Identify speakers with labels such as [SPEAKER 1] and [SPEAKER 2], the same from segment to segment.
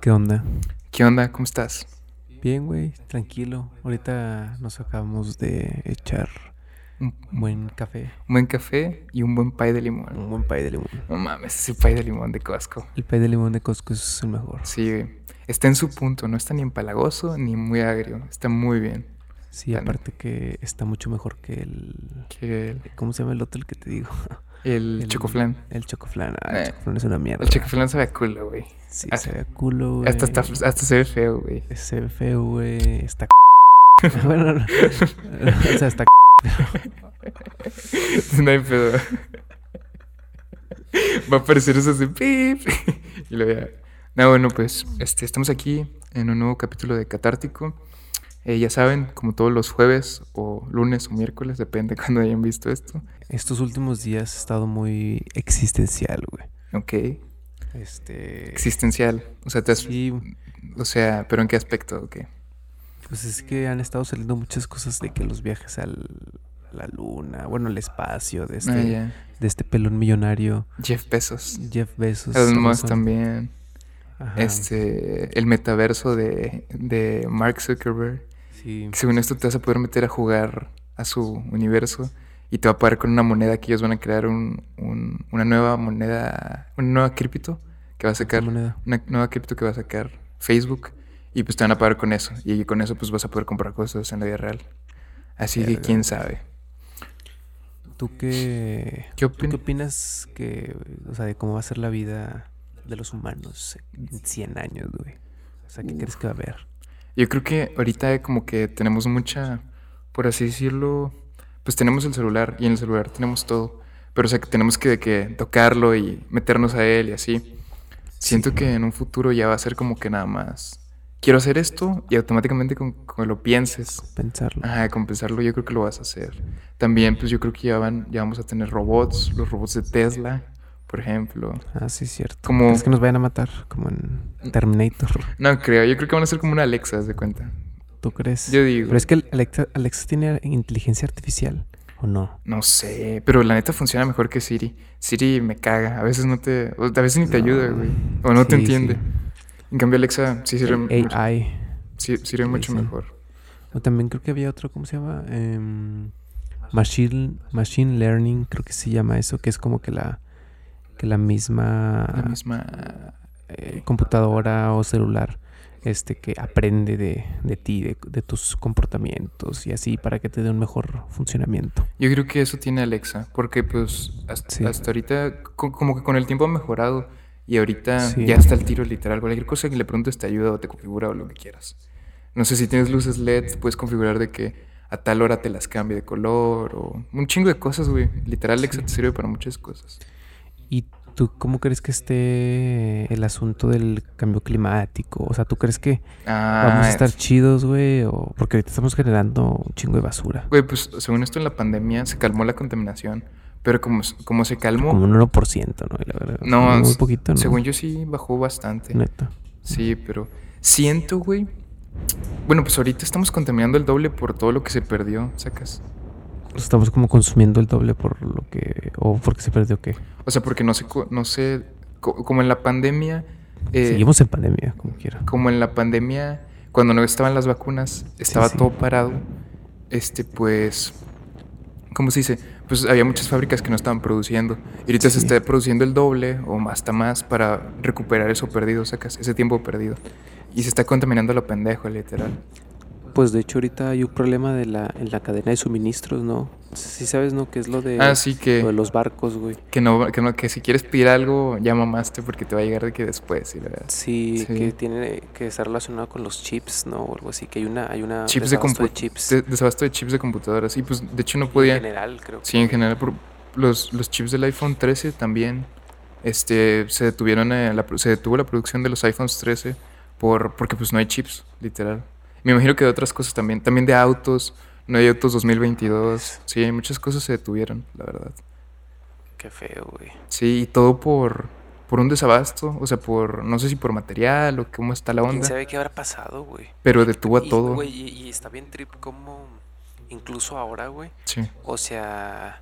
[SPEAKER 1] ¿Qué onda?
[SPEAKER 2] ¿Qué onda? ¿Cómo estás?
[SPEAKER 1] Bien, güey, tranquilo. Ahorita nos acabamos de echar
[SPEAKER 2] Un
[SPEAKER 1] un buen café,
[SPEAKER 2] un buen café y un buen pay de limón.
[SPEAKER 1] un buen pay de limón.
[SPEAKER 2] No mames, ese pay de limón de Costco.
[SPEAKER 1] El pay de limón de Costco es el mejor.
[SPEAKER 2] Sí, güey. está en su punto, no está ni empalagoso ni muy agrio, está muy bien.
[SPEAKER 1] Sí,
[SPEAKER 2] Tan-
[SPEAKER 1] aparte que está mucho mejor que el...
[SPEAKER 2] Que el,
[SPEAKER 1] ¿Cómo se llama el otro el que te digo?
[SPEAKER 2] el chocoflan.
[SPEAKER 1] El chocoflan. Ah, el este
[SPEAKER 2] Eh,
[SPEAKER 1] chocoflan es una mierda.
[SPEAKER 2] El chocoflan sabe a culo, güey.
[SPEAKER 1] Sí,
[SPEAKER 2] ah,
[SPEAKER 1] se ve a culo, güey.
[SPEAKER 2] Hasta, está- hasta se ve feo, güey.
[SPEAKER 1] Se ve feo, güey. Está... c- bueno, no. o sea, está... c-
[SPEAKER 2] no hay pedo. Va a aparecer eso así, pip. Y lo ya. No, bueno, pues este, estamos aquí en un nuevo capítulo de Catártico. Eh, ya saben, como todos los jueves o lunes o miércoles, depende cuando hayan visto esto.
[SPEAKER 1] Estos últimos días he estado muy existencial, güey.
[SPEAKER 2] Ok.
[SPEAKER 1] Este...
[SPEAKER 2] Existencial. O sea, te has-
[SPEAKER 1] Sí,
[SPEAKER 2] o sea, pero ¿en qué aspecto? Ok.
[SPEAKER 1] Pues es que han estado saliendo muchas cosas de que los viajes al, a la luna, bueno, el espacio de este,
[SPEAKER 2] Ah, ya.
[SPEAKER 1] de este pelón millonario,
[SPEAKER 2] Jeff Bezos.
[SPEAKER 1] Jeff Bezos.
[SPEAKER 2] Elon Musk
[SPEAKER 1] Amazon.
[SPEAKER 2] también.
[SPEAKER 1] pues, Ajá,
[SPEAKER 2] Este, el metaverso de, de Mark Zuckerberg.
[SPEAKER 1] sí.
[SPEAKER 2] Que Según esto te vas a poder meter a jugar a su universo y te va a pagar con una moneda que ellos van a crear un, un- una nueva moneda, una nueva cripto que va a
[SPEAKER 1] ¿Qué
[SPEAKER 2] sacar,
[SPEAKER 1] moneda?
[SPEAKER 2] una nueva cripto que va a sacar Facebook y pues te van a pagar con eso y con eso pues vas a poder comprar cosas en la vida real. Así que
[SPEAKER 1] Verga.
[SPEAKER 2] quién sabe.
[SPEAKER 1] ¿Tú qué,
[SPEAKER 2] ¿Qué
[SPEAKER 1] ¿Tú qué
[SPEAKER 2] opinas?
[SPEAKER 1] opinas que, o sea, de cómo va a ser la vida de los humanos en 100 años, güey? O sea, ¿qué crees que va a haber?
[SPEAKER 2] Yo creo que ahorita como que tenemos mucha, por así decirlo, pues tenemos el celular y en el celular tenemos todo, pero o sea que tenemos que, de que tocarlo y meternos a él y así. Siento que en un futuro ya va a ser como que nada más, quiero hacer esto y automáticamente con, con lo pienses,
[SPEAKER 1] Pensarlo.
[SPEAKER 2] ajá, compensarlo yo creo que lo vas a hacer. También pues yo creo que ya, van, ya vamos a tener robots, los robots de Tesla, por ejemplo.
[SPEAKER 1] Ah, sí, cierto.
[SPEAKER 2] Como- Mm.
[SPEAKER 1] ¿Crees que nos vayan a matar? Como en Terminator.
[SPEAKER 2] No creo, yo creo que van a ser como una Alexa, haz de cuenta.
[SPEAKER 1] ¿Tú crees?
[SPEAKER 2] Yo digo...
[SPEAKER 1] Pero es que Alexa, Alexa tiene inteligencia artificial, ¿o no?
[SPEAKER 2] No sé, pero la neta funciona mejor que Siri. Siri me caga, a veces no te, o a veces ni te
[SPEAKER 1] No,
[SPEAKER 2] ayuda, güey, o no te
[SPEAKER 1] sí, sí.
[SPEAKER 2] entiende. En cambio Alexa sí sirve,
[SPEAKER 1] El
[SPEAKER 2] mucho-
[SPEAKER 1] AI.
[SPEAKER 2] sí, sirve
[SPEAKER 1] sí,
[SPEAKER 2] mucho
[SPEAKER 1] sí.
[SPEAKER 2] mejor.
[SPEAKER 1] O también creo que había otro, ¿cómo se llama? Em, machine, machine Learning, creo que se llama eso, que es como que la, que la misma,
[SPEAKER 2] La misma,
[SPEAKER 1] eh, computadora o celular este que aprende de, de ti, de, de tus comportamientos y así para que te dé un mejor funcionamiento.
[SPEAKER 2] yo creo que eso tiene Alexa, porque pues hasta,
[SPEAKER 1] Sí.
[SPEAKER 2] hasta ahorita co- como que con el tiempo ha mejorado y ahorita
[SPEAKER 1] Sí.
[SPEAKER 2] ya está el tiro literal, cualquier cosa que le preguntes te ayuda o te configura o lo que quieras. No sé si tienes luces LED, puedes configurar de que a tal hora te las cambie de color o un chingo de cosas, güey. Literal Alexa te sirve para muchas cosas.
[SPEAKER 1] ¿Y tú cómo crees que esté el asunto del cambio climático? O sea, ¿tú crees que
[SPEAKER 2] Ah,
[SPEAKER 1] vamos a estar chidos, güey? O porque ahorita estamos generando un chingo de basura.
[SPEAKER 2] Güey, pues según esto en la pandemia se calmó la contaminación, pero como, s- como se calmó,
[SPEAKER 1] Como un 1%, ¿no? Y la verdad,
[SPEAKER 2] no,
[SPEAKER 1] muy
[SPEAKER 2] s-
[SPEAKER 1] poquito, ¿no?
[SPEAKER 2] según yo sí bajó bastante.
[SPEAKER 1] Neta.
[SPEAKER 2] Sí, pero siento, güey. Bueno, pues ahorita estamos contaminando el doble por todo lo que se perdió, sacas.
[SPEAKER 1] Pues Estamos como consumiendo el doble por lo que... O porque se perdió qué.
[SPEAKER 2] O sea, porque no sé, no sé, co- como en la pandemia, eh,
[SPEAKER 1] Seguimos en pandemia, como quiera.
[SPEAKER 2] como en la pandemia, cuando no estaban las vacunas, estaba
[SPEAKER 1] sí.
[SPEAKER 2] todo parado. Este, pues, ¿cómo se dice? Pues había muchas fábricas que no estaban produciendo. Y ahorita se
[SPEAKER 1] Sí.
[SPEAKER 2] está produciendo el doble o hasta más para recuperar eso perdido, sacas ese tiempo perdido. Y se está contaminando lo pendejo, literal.
[SPEAKER 1] Pues de hecho ahorita hay un problema de la, en la cadena de suministros, ¿no? Sí sabes, ¿no? Que es lo de,
[SPEAKER 2] Así
[SPEAKER 1] lo de
[SPEAKER 2] Ah, que,
[SPEAKER 1] los barcos, güey.
[SPEAKER 2] que, no, que, no, que si quieres pedir algo, ya mamaste porque te va a llegar de que después, y la verdad.
[SPEAKER 1] Sí,
[SPEAKER 2] Sí.
[SPEAKER 1] que tiene que estar relacionado con los chips, ¿no? O algo así, que hay una... Hay una
[SPEAKER 2] Chips de,
[SPEAKER 1] Ah, desabasto
[SPEAKER 2] compu-
[SPEAKER 1] chips.
[SPEAKER 2] de- desabasto de chips de computadoras. Y pues, de hecho, no
[SPEAKER 1] En
[SPEAKER 2] podía...
[SPEAKER 1] general, creo.
[SPEAKER 2] Sí, en general, por los, los chips del iPhone 13 también este, se detuvieron, eh, la pro- se detuvo la producción de los iPhones 13 por, porque pues no hay chips, literal. Me imagino que de otras cosas también, también de autos, no hay autos 2022, sí, muchas cosas se detuvieron, la verdad.
[SPEAKER 1] Qué feo, güey.
[SPEAKER 2] Sí, y todo por, por un desabasto, o sea, por, no sé si por material o cómo está la
[SPEAKER 3] ¿Quién
[SPEAKER 2] onda,
[SPEAKER 3] sabe qué habrá pasado, güey?
[SPEAKER 2] pero detuvo a
[SPEAKER 3] Y,
[SPEAKER 2] todo.
[SPEAKER 3] güey, y, y está bien trip como incluso ahora, güey.
[SPEAKER 2] Sí,
[SPEAKER 3] O sea,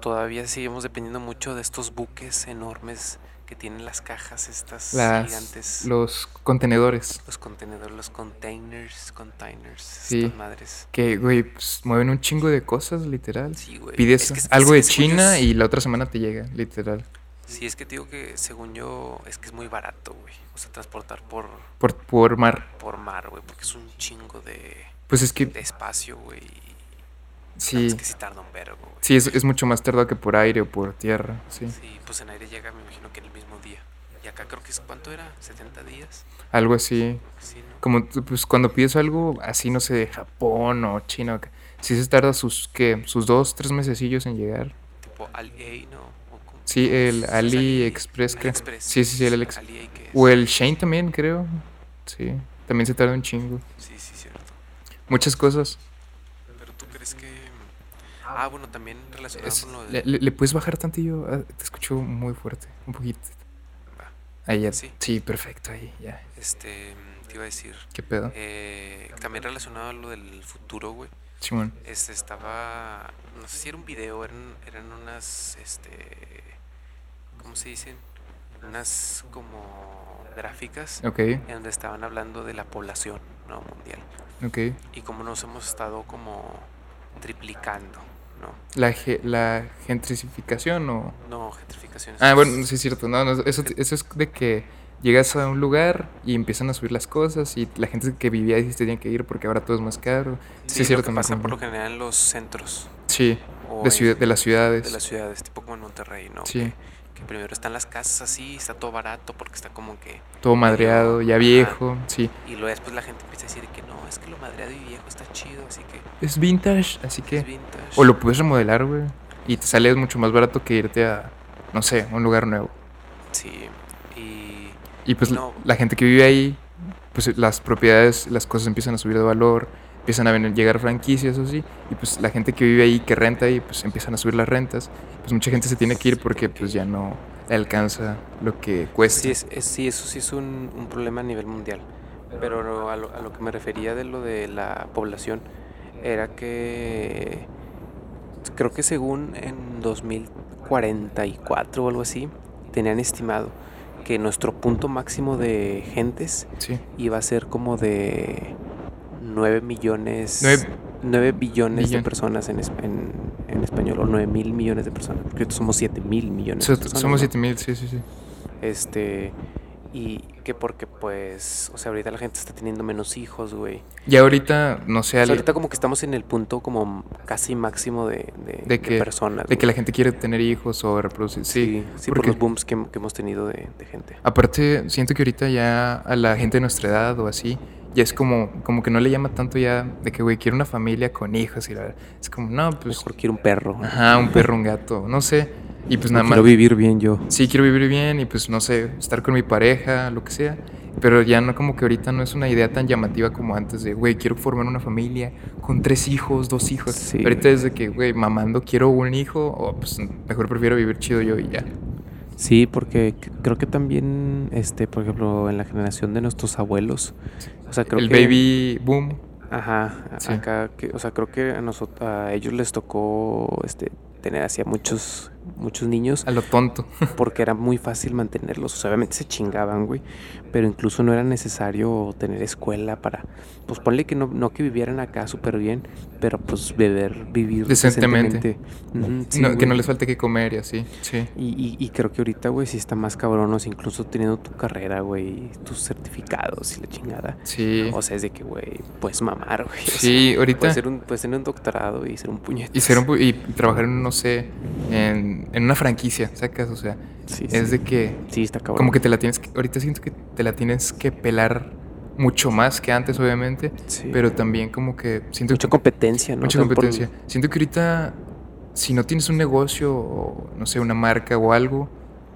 [SPEAKER 3] todavía seguimos dependiendo mucho de estos buques enormes
[SPEAKER 1] que tienen las cajas estas
[SPEAKER 2] Las-
[SPEAKER 1] gigantes.
[SPEAKER 2] los contenedores.
[SPEAKER 1] Los contenedores, los containers, containers,
[SPEAKER 2] Sí.
[SPEAKER 1] estas madres.
[SPEAKER 2] Que, güey, pues, mueven un chingo de cosas, literal.
[SPEAKER 1] Sí, güey.
[SPEAKER 2] Pides
[SPEAKER 1] Es que- es
[SPEAKER 2] algo
[SPEAKER 1] que
[SPEAKER 2] de
[SPEAKER 1] según yo
[SPEAKER 2] China
[SPEAKER 1] es-
[SPEAKER 2] y la otra semana te llega, literal.
[SPEAKER 1] Sí, es que te digo que según yo es que es muy barato, güey. O sea, transportar por,
[SPEAKER 2] Por, por mar.
[SPEAKER 1] por mar, güey, porque es un chingo de,
[SPEAKER 2] Pues es que
[SPEAKER 1] de espacio, güey. y- no,
[SPEAKER 2] sí.
[SPEAKER 1] Ah, Es que sí tarda un vergo, güey.
[SPEAKER 2] Sí, es, es mucho más tardado que por aire o por tierra, sí.
[SPEAKER 1] Sí, pues en aire llega, me imagino que en el mismo día. Y acá creo que es, ¿cuánto era? ¿70 días?
[SPEAKER 2] Algo así.
[SPEAKER 1] Sí, ¿no?
[SPEAKER 2] Como tú, pues cuando pides algo así, no sé, de Japón o China, o que- sí se tarda sus, ¿qué? Sus dos, tres mesecillos en llegar.
[SPEAKER 1] Tipo Ali, ¿no? O como-
[SPEAKER 2] Sí, el
[SPEAKER 1] es
[SPEAKER 2] AliExpress, creo.
[SPEAKER 1] AliExpress.
[SPEAKER 2] Sí, sí, sí, el Alex-
[SPEAKER 1] Ali, que es-
[SPEAKER 2] O el Shane también, creo. Sí, también se tarda un chingo.
[SPEAKER 1] Sí, sí, cierto.
[SPEAKER 2] Muchas cosas.
[SPEAKER 1] Pero tú crees que... Ah, bueno, también relacionado
[SPEAKER 2] Es-
[SPEAKER 1] con lo
[SPEAKER 2] le,
[SPEAKER 1] de...
[SPEAKER 2] le- le puedes bajar tantillo? Ah, Te escucho muy fuerte, un poquito.
[SPEAKER 1] Va.
[SPEAKER 2] Ahí ya.
[SPEAKER 1] Sí.
[SPEAKER 2] Sí, perfecto, ahí ya.
[SPEAKER 1] Este, te iba a decir...
[SPEAKER 2] ¿Qué pedo?
[SPEAKER 1] eh, también relacionado a lo del futuro, güey.
[SPEAKER 2] Simón.
[SPEAKER 1] Este, estaba... No sé si era un video, eran, eran unas... Este... ¿Cómo se dicen? Unas como gráficas
[SPEAKER 2] Ok,
[SPEAKER 1] en donde estaban hablando de la población ¿no? mundial
[SPEAKER 2] ok.
[SPEAKER 1] y cómo nos hemos estado como triplicando, ¿no?
[SPEAKER 2] ¿La, ge- la gentrificación o...?
[SPEAKER 1] No, gentrificación. es
[SPEAKER 2] Ah,
[SPEAKER 1] más-
[SPEAKER 2] bueno, sí es cierto. No, no, eso, eso es de que llegas a un lugar y empiezan a subir las cosas y la gente que vivía ahí se tenía que ir porque ahora todo es más caro. Sí,
[SPEAKER 1] lo
[SPEAKER 2] es cierto.
[SPEAKER 1] que
[SPEAKER 2] me
[SPEAKER 1] pasa por
[SPEAKER 2] confundí.
[SPEAKER 1] lo general en los centros
[SPEAKER 2] Sí,
[SPEAKER 1] o
[SPEAKER 2] de,
[SPEAKER 1] en-
[SPEAKER 2] ciudad, de las ciudades.
[SPEAKER 1] Pues, de las ciudades, tipo como en Monterrey, ¿no?
[SPEAKER 2] Sí,
[SPEAKER 1] Que, que primero están las casas así, está todo barato porque está como que...
[SPEAKER 2] todo madreado, ya
[SPEAKER 1] Ajá.
[SPEAKER 2] viejo. Sí,
[SPEAKER 1] Y luego después la gente empieza a decir que no, es que lo madreado y viejo está chido, así que
[SPEAKER 2] es vintage, así que...
[SPEAKER 1] es vintage.
[SPEAKER 2] O lo puedes remodelar, güey. Y te sale mucho más barato que irte a, no sé, un lugar nuevo.
[SPEAKER 1] Sí, y...
[SPEAKER 2] Y pues
[SPEAKER 1] No.
[SPEAKER 2] la gente que vive ahí, pues las propiedades, las cosas empiezan a subir de valor, empiezan a venir, llegar franquicias o así. Y pues la gente que vive ahí, que renta ahí, pues empiezan a subir las rentas. Pues mucha gente se tiene que ir porque pues ya no le alcanza lo que cuesta.
[SPEAKER 1] Pues Sí, es, es- sí, eso sí es un, un problema a nivel mundial. Pero lo- a lo, a lo que me refería de lo de la población era que creo que según en 2044 o algo así, tenían estimado que nuestro punto máximo de gentes
[SPEAKER 2] Sí.
[SPEAKER 1] iba a ser como de 9 millones...
[SPEAKER 2] Nueve-
[SPEAKER 1] 9 billones de
[SPEAKER 2] Billón.
[SPEAKER 1] personas en, es- en, en español, o 9 mil millones de personas, porque ahorita somos 7 mil millones. de
[SPEAKER 2] So-
[SPEAKER 1] personas,
[SPEAKER 2] somos
[SPEAKER 1] ¿no?
[SPEAKER 2] 7000, sí, sí, sí.
[SPEAKER 1] Este, y que porque pues, o sea, ahorita la gente está teniendo menos hijos, güey.
[SPEAKER 2] Y ahorita, no sé,
[SPEAKER 1] O sea,
[SPEAKER 2] Ale,
[SPEAKER 1] ahorita como que estamos en el punto como casi máximo de, de,
[SPEAKER 2] De
[SPEAKER 1] de
[SPEAKER 2] que-
[SPEAKER 1] personas.
[SPEAKER 2] de que
[SPEAKER 1] güey.
[SPEAKER 2] la gente quiere tener hijos o reproducir. Sí,
[SPEAKER 1] sí, sí, por
[SPEAKER 2] porque- Ah,
[SPEAKER 1] los booms que, que hemos tenido de, de gente.
[SPEAKER 2] Aparte, siento que ahorita ya a la gente de nuestra edad o así, ya es como, como que no le llama tanto ya de que, güey, quiero una familia con hijos y la verdad. Es como, no, pues,
[SPEAKER 1] Mejor quiero un perro. ¿no?
[SPEAKER 2] ajá, un perro, un gato, no sé. Y pues nada más,
[SPEAKER 4] Quiero vivir bien yo.
[SPEAKER 2] sí, quiero vivir bien y pues no sé, estar con mi pareja, lo que sea. Pero ya no, como que ahorita no es una idea tan llamativa como antes de, güey, quiero formar una familia con tres hijos, dos hijos.
[SPEAKER 1] Sí,
[SPEAKER 2] ahorita
[SPEAKER 1] güey.
[SPEAKER 2] es de que, güey, mamando, quiero un hijo o pues mejor prefiero vivir chido yo y ya.
[SPEAKER 1] Sí, porque c- creo que también, este, por ejemplo, en la generación de nuestros abuelos, o sea, creo
[SPEAKER 2] El
[SPEAKER 1] que...
[SPEAKER 2] baby boom.
[SPEAKER 1] Ajá, a-
[SPEAKER 2] Sí.
[SPEAKER 1] acá, que, o sea, creo que a, nosotros, a ellos les tocó, este, tener así a muchos, muchos niños.
[SPEAKER 2] A lo tonto.
[SPEAKER 1] porque era muy fácil mantenerlos. O sea, obviamente se chingaban, güey. Pero incluso no era necesario tener escuela para. Pues ponle que no, no que vivieran acá súper bien, pero pues beber, vivir
[SPEAKER 2] Decentemente.
[SPEAKER 1] decentemente. Ujú, sí,
[SPEAKER 2] No, que
[SPEAKER 1] güey.
[SPEAKER 2] no les falte que comer y así. Sí.
[SPEAKER 1] Y, y- y creo que ahorita, güey, sí está más cabronos, incluso teniendo tu carrera, güey, tus certificados y la chingada.
[SPEAKER 2] Sí.
[SPEAKER 1] O sea, es de que, güey, puedes mamar, güey. o sea,
[SPEAKER 2] sí, ahorita.
[SPEAKER 1] puedes, ser un, puedes tener un doctorado y ser un puñetazo.
[SPEAKER 2] Y, ser un pu- y trabajar en, no sé, en, en una franquicia, sacas, o sea,
[SPEAKER 1] Sí,
[SPEAKER 2] es
[SPEAKER 1] sí.
[SPEAKER 2] de que
[SPEAKER 1] Sí, está cabrón.
[SPEAKER 2] como que te la tienes que, ahorita siento que te la tienes que pelar mucho más que antes, obviamente,
[SPEAKER 1] Sí.
[SPEAKER 2] pero también como que siento
[SPEAKER 1] Mucha
[SPEAKER 2] que,
[SPEAKER 1] competencia, ¿no?
[SPEAKER 2] mucha
[SPEAKER 1] También por-
[SPEAKER 2] competencia. Siento que ahorita, si no tienes un negocio o, no sé, una marca o algo,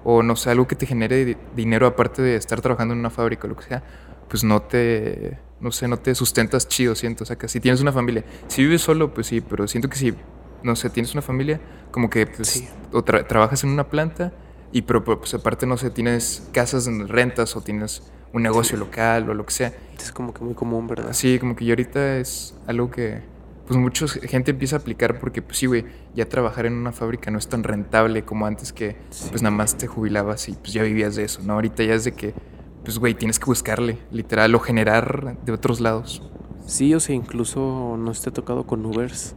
[SPEAKER 2] o no sé, algo que te genere di- dinero aparte de estar trabajando en una fábrica o lo que sea, pues no te, no sé, no te sustentas chido, siento. O sea, que si tienes una familia, si vives solo, pues sí, pero siento que si, no sé, tienes una familia, como que, pues,
[SPEAKER 1] Sí.
[SPEAKER 2] o tra- trabajas en una planta, y pero pero, pues aparte, no sé, tienes casas en rentas o tienes un negocio local o lo que sea.
[SPEAKER 1] Es como que muy común, ¿verdad?
[SPEAKER 2] Así como que yo ahorita es algo que pues mucha gente empieza a aplicar porque, pues sí, güey, ya trabajar en una fábrica no es tan rentable como antes que,
[SPEAKER 1] Sí.
[SPEAKER 2] pues nada más te jubilabas y pues ya vivías de eso, ¿no? Ahorita ya es de que, pues, güey, tienes que buscarle, literal, o generar de otros lados.
[SPEAKER 3] Sí, o sea, incluso no te ha tocado con Ubers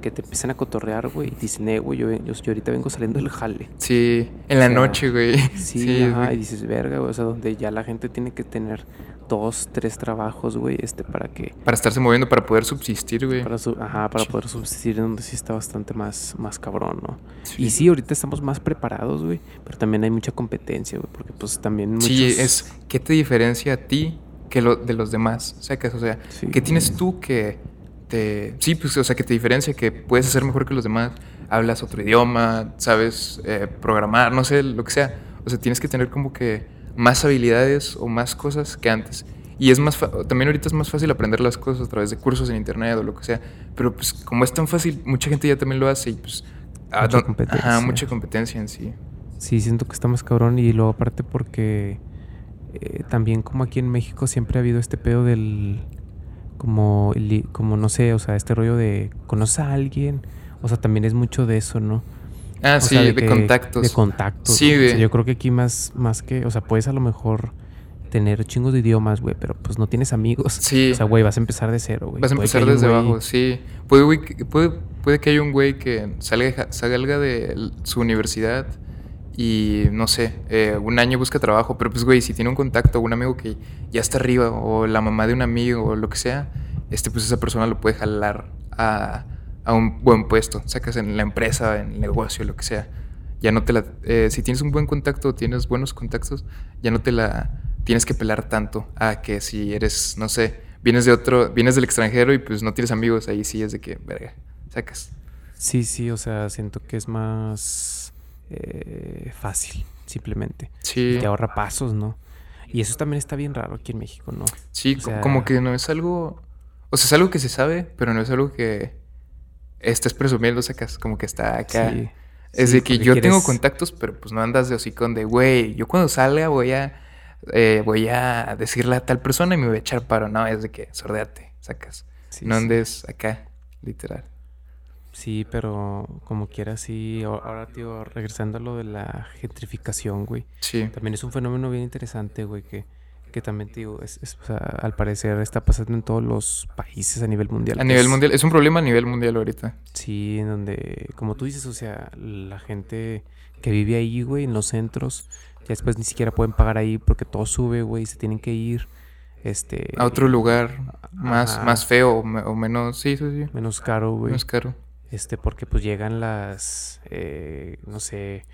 [SPEAKER 3] que te empiezan a cotorrear, güey, y dicen, eh, güey, yo, yo, yo ahorita vengo saliendo del jale.
[SPEAKER 2] Sí, en la
[SPEAKER 3] sea,
[SPEAKER 2] noche, güey.
[SPEAKER 3] Sí,
[SPEAKER 2] es
[SPEAKER 3] ajá,
[SPEAKER 2] de-
[SPEAKER 3] y dices, verga, güey, o sea, donde ya la gente tiene que tener dos, tres trabajos, güey, este, para que,
[SPEAKER 2] Para estarse moviendo, para poder subsistir, güey.
[SPEAKER 3] para, su- ajá, para
[SPEAKER 2] Sí.
[SPEAKER 3] poder subsistir en donde sí está bastante más, más cabrón, ¿no?
[SPEAKER 2] Sí.
[SPEAKER 3] Y sí, ahorita estamos más preparados, güey, pero también hay mucha competencia, güey, porque pues también muchos...
[SPEAKER 2] Sí, es qué te diferencia a ti que lo de los demás. Sacas, o sea,
[SPEAKER 3] Sí,
[SPEAKER 2] ¿qué
[SPEAKER 3] güey.
[SPEAKER 2] tienes tú que te sí, pues o sea, que te diferencia que puedes hacer mejor que los demás, hablas otro idioma, sabes eh, programar, no sé, lo que sea. O sea, tienes que tener como que más habilidades o más cosas que antes. Y es más fa- también ahorita es más fácil aprender las cosas a través de cursos en internet o lo que sea, pero pues como es tan fácil, mucha gente ya también lo hace y pues ah,
[SPEAKER 1] Mucha
[SPEAKER 2] don-
[SPEAKER 1] competencia.
[SPEAKER 2] Ajá, mucha competencia en sí.
[SPEAKER 1] Sí, siento que está más cabrón y luego aparte porque eh, también como aquí en México siempre ha habido este pedo del como li- como no sé, o sea, este rollo de conoce a alguien, o sea, también es mucho de eso, ¿no?
[SPEAKER 2] Ah,
[SPEAKER 1] O
[SPEAKER 2] sí,
[SPEAKER 1] sea,
[SPEAKER 2] de,
[SPEAKER 1] que-
[SPEAKER 2] contactos.
[SPEAKER 1] De contactos.
[SPEAKER 2] Sí,
[SPEAKER 1] güey. O sea,
[SPEAKER 2] güey.
[SPEAKER 1] yo creo que aquí más más que, o sea, puedes a lo mejor tener chingos de idiomas, güey, pero pues no tienes amigos.
[SPEAKER 2] Sí.
[SPEAKER 1] O sea, güey, vas a empezar de cero, güey.
[SPEAKER 2] Vas a
[SPEAKER 1] Puede que
[SPEAKER 2] empezar
[SPEAKER 1] haya un
[SPEAKER 2] desde
[SPEAKER 1] güey-
[SPEAKER 2] abajo, sí. Puede, güey que- puede, puede que haya un güey que salga, salga de l- su universidad y, no sé, eh, un año busca trabajo, pero pues, güey, si tiene un contacto, un amigo que ya está arriba, o la mamá de un amigo, o lo que sea, este, pues esa persona lo puede jalar a, a un buen puesto. Sacas en la empresa, en el negocio, lo que sea. Ya no te la... eh, si tienes un buen contacto, tienes buenos contactos, ya no te la tienes que pelar tanto a que si eres, no sé, vienes de otro, vienes del extranjero y pues no tienes amigos, ahí sí es de que, verga, sacas.
[SPEAKER 1] Sí, sí, o sea, siento que es más eh, fácil, simplemente.
[SPEAKER 2] Sí,
[SPEAKER 1] y te ahorra pasos, ¿no? Y eso también está bien raro aquí en México, ¿no?
[SPEAKER 2] sí,
[SPEAKER 1] o
[SPEAKER 2] co-
[SPEAKER 1] sea-
[SPEAKER 2] como que no es algo, o sea, es algo que se sabe, pero no es algo que estés presumiendo, sacas, como que está acá.
[SPEAKER 1] Sí,
[SPEAKER 2] Es
[SPEAKER 1] sí,
[SPEAKER 2] de que
[SPEAKER 1] porque
[SPEAKER 2] yo tengo
[SPEAKER 1] quieres-
[SPEAKER 2] contactos, pero pues no andas de hocicón de, güey, yo cuando salga voy a, eh, voy a decirle a tal persona y me voy a echar paro. No, es de que sordeate, sacas.
[SPEAKER 1] sí,
[SPEAKER 2] no
[SPEAKER 1] sí.
[SPEAKER 2] andes acá, literal.
[SPEAKER 1] Sí, pero como quiera, sí. O- Ahora, tío, regresando a lo de la gentrificación, güey.
[SPEAKER 2] Sí,
[SPEAKER 1] También es un fenómeno bien interesante, güey, que, que también, tío, es, es- o sea, al parecer está pasando en todos los países a nivel mundial. pues,
[SPEAKER 2] a
[SPEAKER 1] que
[SPEAKER 2] nivel
[SPEAKER 1] es-
[SPEAKER 2] mundial, es un problema a nivel mundial ahorita.
[SPEAKER 1] Sí, en donde, como tú dices, o sea, la gente que vive ahí, güey, en los centros, ya después ni siquiera pueden pagar ahí porque todo sube, güey, y se tienen que ir, este,
[SPEAKER 2] A otro lugar más,
[SPEAKER 1] Ajá.
[SPEAKER 2] más feo o, me- o menos, sí, sí, sí,
[SPEAKER 1] menos caro, güey,
[SPEAKER 2] menos caro.
[SPEAKER 1] este, porque pues llegan las, eh, no sé,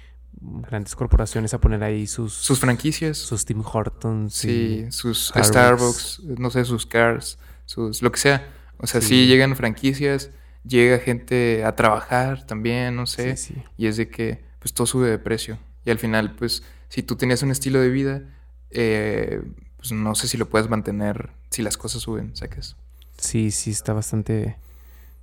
[SPEAKER 1] grandes corporaciones a poner ahí sus,
[SPEAKER 2] Sus franquicias,
[SPEAKER 1] sus Tim Hortons,
[SPEAKER 2] sí, sus
[SPEAKER 1] Starbucks.
[SPEAKER 2] Starbucks, no sé, sus Cars, sus, lo que sea. O sea, sí,
[SPEAKER 1] Sí.
[SPEAKER 2] llegan franquicias, llega gente a trabajar también, no sé.
[SPEAKER 1] sí, sí,
[SPEAKER 2] Y es de que pues todo sube de precio. Y al final, pues, si tú tenías un estilo de vida, eh, pues no sé si lo puedes mantener si las cosas suben, saques.
[SPEAKER 1] sí, sí, está bastante,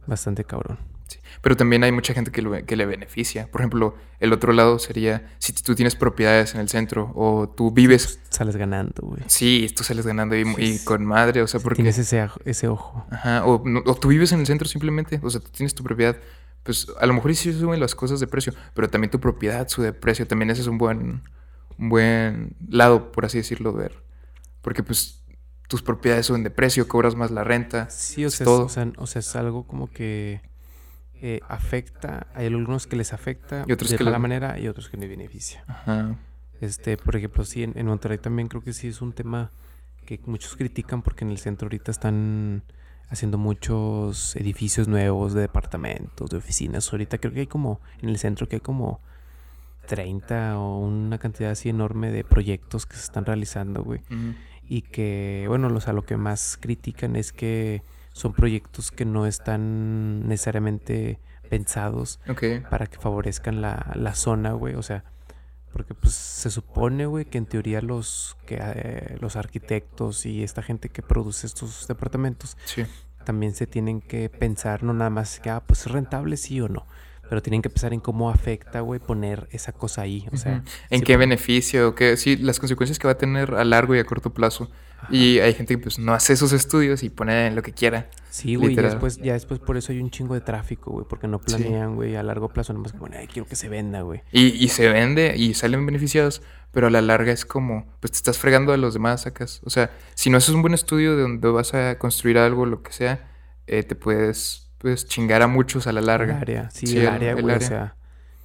[SPEAKER 1] bastante cabrón.
[SPEAKER 2] Sí. Pero también hay mucha gente que, lo- que le beneficia. Por ejemplo, el otro lado sería si tú tienes propiedades en el centro o tú vives.
[SPEAKER 1] Sales ganando, güey.
[SPEAKER 2] Sí, tú sales ganando y,
[SPEAKER 1] Sí,
[SPEAKER 2] y
[SPEAKER 1] sí.
[SPEAKER 2] con madre, o sea, porque.
[SPEAKER 1] Tienes ese, aj- ese ojo.
[SPEAKER 2] Ajá, o, no- o tú vives en el centro simplemente, o sea, tú tienes tu propiedad. Pues a lo mejor sí suben las cosas de precio, pero también tu propiedad sube de precio. También ese es un buen, un buen lado, por así decirlo, ver. Porque pues tus propiedades suben de precio, cobras más la renta.
[SPEAKER 1] Sí, o
[SPEAKER 2] es
[SPEAKER 1] sea, es-
[SPEAKER 2] todo.
[SPEAKER 1] O, sea, o sea, es algo como que eh, afecta, hay algunos que les afecta
[SPEAKER 2] Y otros
[SPEAKER 1] de
[SPEAKER 2] que
[SPEAKER 1] mala
[SPEAKER 2] lo-
[SPEAKER 1] manera y otros que les beneficia.
[SPEAKER 2] Ajá.
[SPEAKER 1] Este, por ejemplo, sí, en, en Monterrey también creo que sí es un tema que muchos critican porque en el centro ahorita están haciendo muchos edificios nuevos de departamentos, de oficinas. Ahorita creo que hay como, en el centro que hay como 30 o una cantidad así enorme de proyectos que se están realizando, güey
[SPEAKER 2] Ujú.
[SPEAKER 1] y que, bueno, o sea, lo que más critican es que son proyectos que no están necesariamente pensados
[SPEAKER 2] Ok.
[SPEAKER 1] para que favorezcan la, la zona, güey, o sea, porque pues se supone, güey, que en teoría los, que, eh, los arquitectos y esta gente que produce estos departamentos
[SPEAKER 2] Sí.
[SPEAKER 1] también se tienen que pensar, no nada más que, ah, pues es rentable sí o no. pero tienen que pensar en cómo afecta, güey, poner esa cosa ahí. O sea,
[SPEAKER 2] Ujú. ¿En
[SPEAKER 1] sí,
[SPEAKER 2] qué
[SPEAKER 1] por-
[SPEAKER 2] beneficio? ¿Qué? Sí, las consecuencias que va a tener a largo y a corto plazo. Y hay gente que pues no hace esos estudios y pone lo que quiera.
[SPEAKER 1] Sí, güey, ya
[SPEAKER 2] Literal.
[SPEAKER 1] después, ya después por eso hay un chingo de tráfico, güey, porque no planean, güey, a largo plazo, nomás como, ay, quiero que se venda, güey.
[SPEAKER 2] Y, y se vende y salen beneficiados, pero a la larga es como, pues te estás fregando a los demás, sacas. O sea, si no haces un buen estudio de donde vas a construir algo, lo que sea, eh, te puedes pues, chingar a muchos a la
[SPEAKER 1] El
[SPEAKER 2] larga.
[SPEAKER 1] área, sí,
[SPEAKER 2] Sí,
[SPEAKER 1] el,
[SPEAKER 2] el-
[SPEAKER 1] área,
[SPEAKER 2] el
[SPEAKER 1] güey, o
[SPEAKER 2] área.
[SPEAKER 1] sea,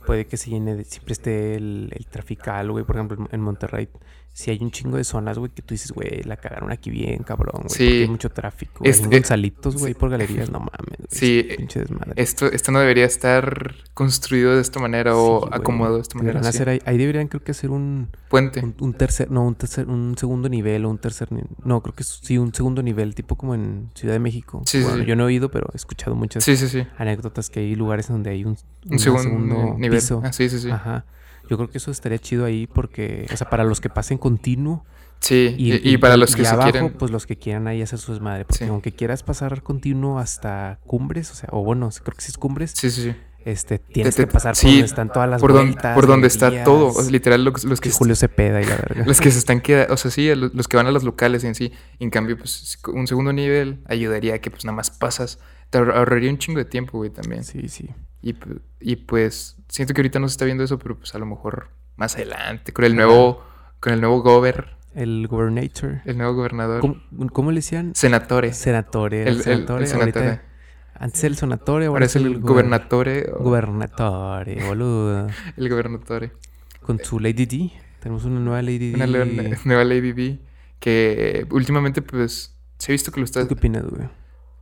[SPEAKER 1] puede que se llene, de- siempre esté el, el trafical, güey, por ejemplo, en- en Monterrey, si hay un chingo de zonas, güey, que tú dices, güey, la cagaron aquí bien, cabrón, güey, porque
[SPEAKER 2] Sí.
[SPEAKER 1] hay mucho tráfico, güey, hay
[SPEAKER 2] Este-
[SPEAKER 1] en Gonzalitos, güey,
[SPEAKER 2] sí.
[SPEAKER 1] por galerías, no mames, güey,
[SPEAKER 2] Sí,
[SPEAKER 1] es un pinche desmadre.
[SPEAKER 2] Esto, esto no debería estar construido de esta manera o
[SPEAKER 1] Sí, güey,
[SPEAKER 2] acomodado de esta manera.
[SPEAKER 1] deberían
[SPEAKER 2] sí.
[SPEAKER 1] hacer ahí, ahí deberían creo que hacer un,
[SPEAKER 2] Puente.
[SPEAKER 1] un, un tercer, no, un tercer, un segundo nivel o un tercer, ni- no, creo que es- sí, un segundo nivel, tipo como en Ciudad de México.
[SPEAKER 2] Sí, sí,
[SPEAKER 1] Bueno,
[SPEAKER 2] sí.
[SPEAKER 1] yo no he ido, pero he escuchado muchas
[SPEAKER 2] Sí, sí, sí.
[SPEAKER 1] anécdotas que hay lugares donde hay un,
[SPEAKER 2] Un
[SPEAKER 1] una
[SPEAKER 2] segundo, nivel.
[SPEAKER 1] piso.
[SPEAKER 2] Ah, sí, sí, sí.
[SPEAKER 1] Ajá. Yo creo que eso estaría chido ahí porque, o sea, para los que pasen continuo
[SPEAKER 2] Sí,
[SPEAKER 1] y,
[SPEAKER 2] y, y para los
[SPEAKER 1] y
[SPEAKER 2] que se
[SPEAKER 1] abajo,
[SPEAKER 2] quieren.
[SPEAKER 1] pues los que quieran ahí hacer su desmadre. Porque
[SPEAKER 2] Sí.
[SPEAKER 1] aunque quieras pasar continuo hasta cumbres, o sea, o bueno, sí, creo que si es cumbres,
[SPEAKER 2] Sí, sí, sí.
[SPEAKER 1] este, tienes
[SPEAKER 2] te-
[SPEAKER 1] que pasar
[SPEAKER 2] sí,
[SPEAKER 1] por donde están todas las
[SPEAKER 2] por donde,
[SPEAKER 1] vueltas,
[SPEAKER 2] por donde está
[SPEAKER 1] galerías,
[SPEAKER 2] todo. o sea, literal, los, los que
[SPEAKER 1] que Julio Cepeda y la verga.
[SPEAKER 2] Los que se están quedando, o sea, sí, lo- los que van a los locales en sí. En cambio, pues si con un segundo nivel ayudaría a que pues nada más pasas. Te ahor- ahorraría un chingo de tiempo, güey, también.
[SPEAKER 1] Sí, sí.
[SPEAKER 2] Y, pu- y, pues siento que ahorita no se está viendo eso, pero pues a lo mejor más adelante, con el nuevo, con el nuevo gober,
[SPEAKER 1] El gobernator.
[SPEAKER 2] el nuevo gobernador.
[SPEAKER 1] ¿Cómo, cómo le decían?
[SPEAKER 2] Senatore.
[SPEAKER 1] Senatore. El,
[SPEAKER 2] El, el- el
[SPEAKER 1] senatore. ahorita-
[SPEAKER 2] senatore.
[SPEAKER 1] antes era el sonatore, ahora
[SPEAKER 2] Ahora es el
[SPEAKER 1] gobernador.
[SPEAKER 2] gobernatore. o-
[SPEAKER 1] Gobernatore, boludo.
[SPEAKER 2] El gobernatore.
[SPEAKER 1] Con su Lady D. Tenemos una nueva Lady
[SPEAKER 2] Una
[SPEAKER 1] D.
[SPEAKER 2] nueva- nueva Lady B que últimamente pues se ha visto que lo está...
[SPEAKER 1] ¿Tú qué opinas, güey?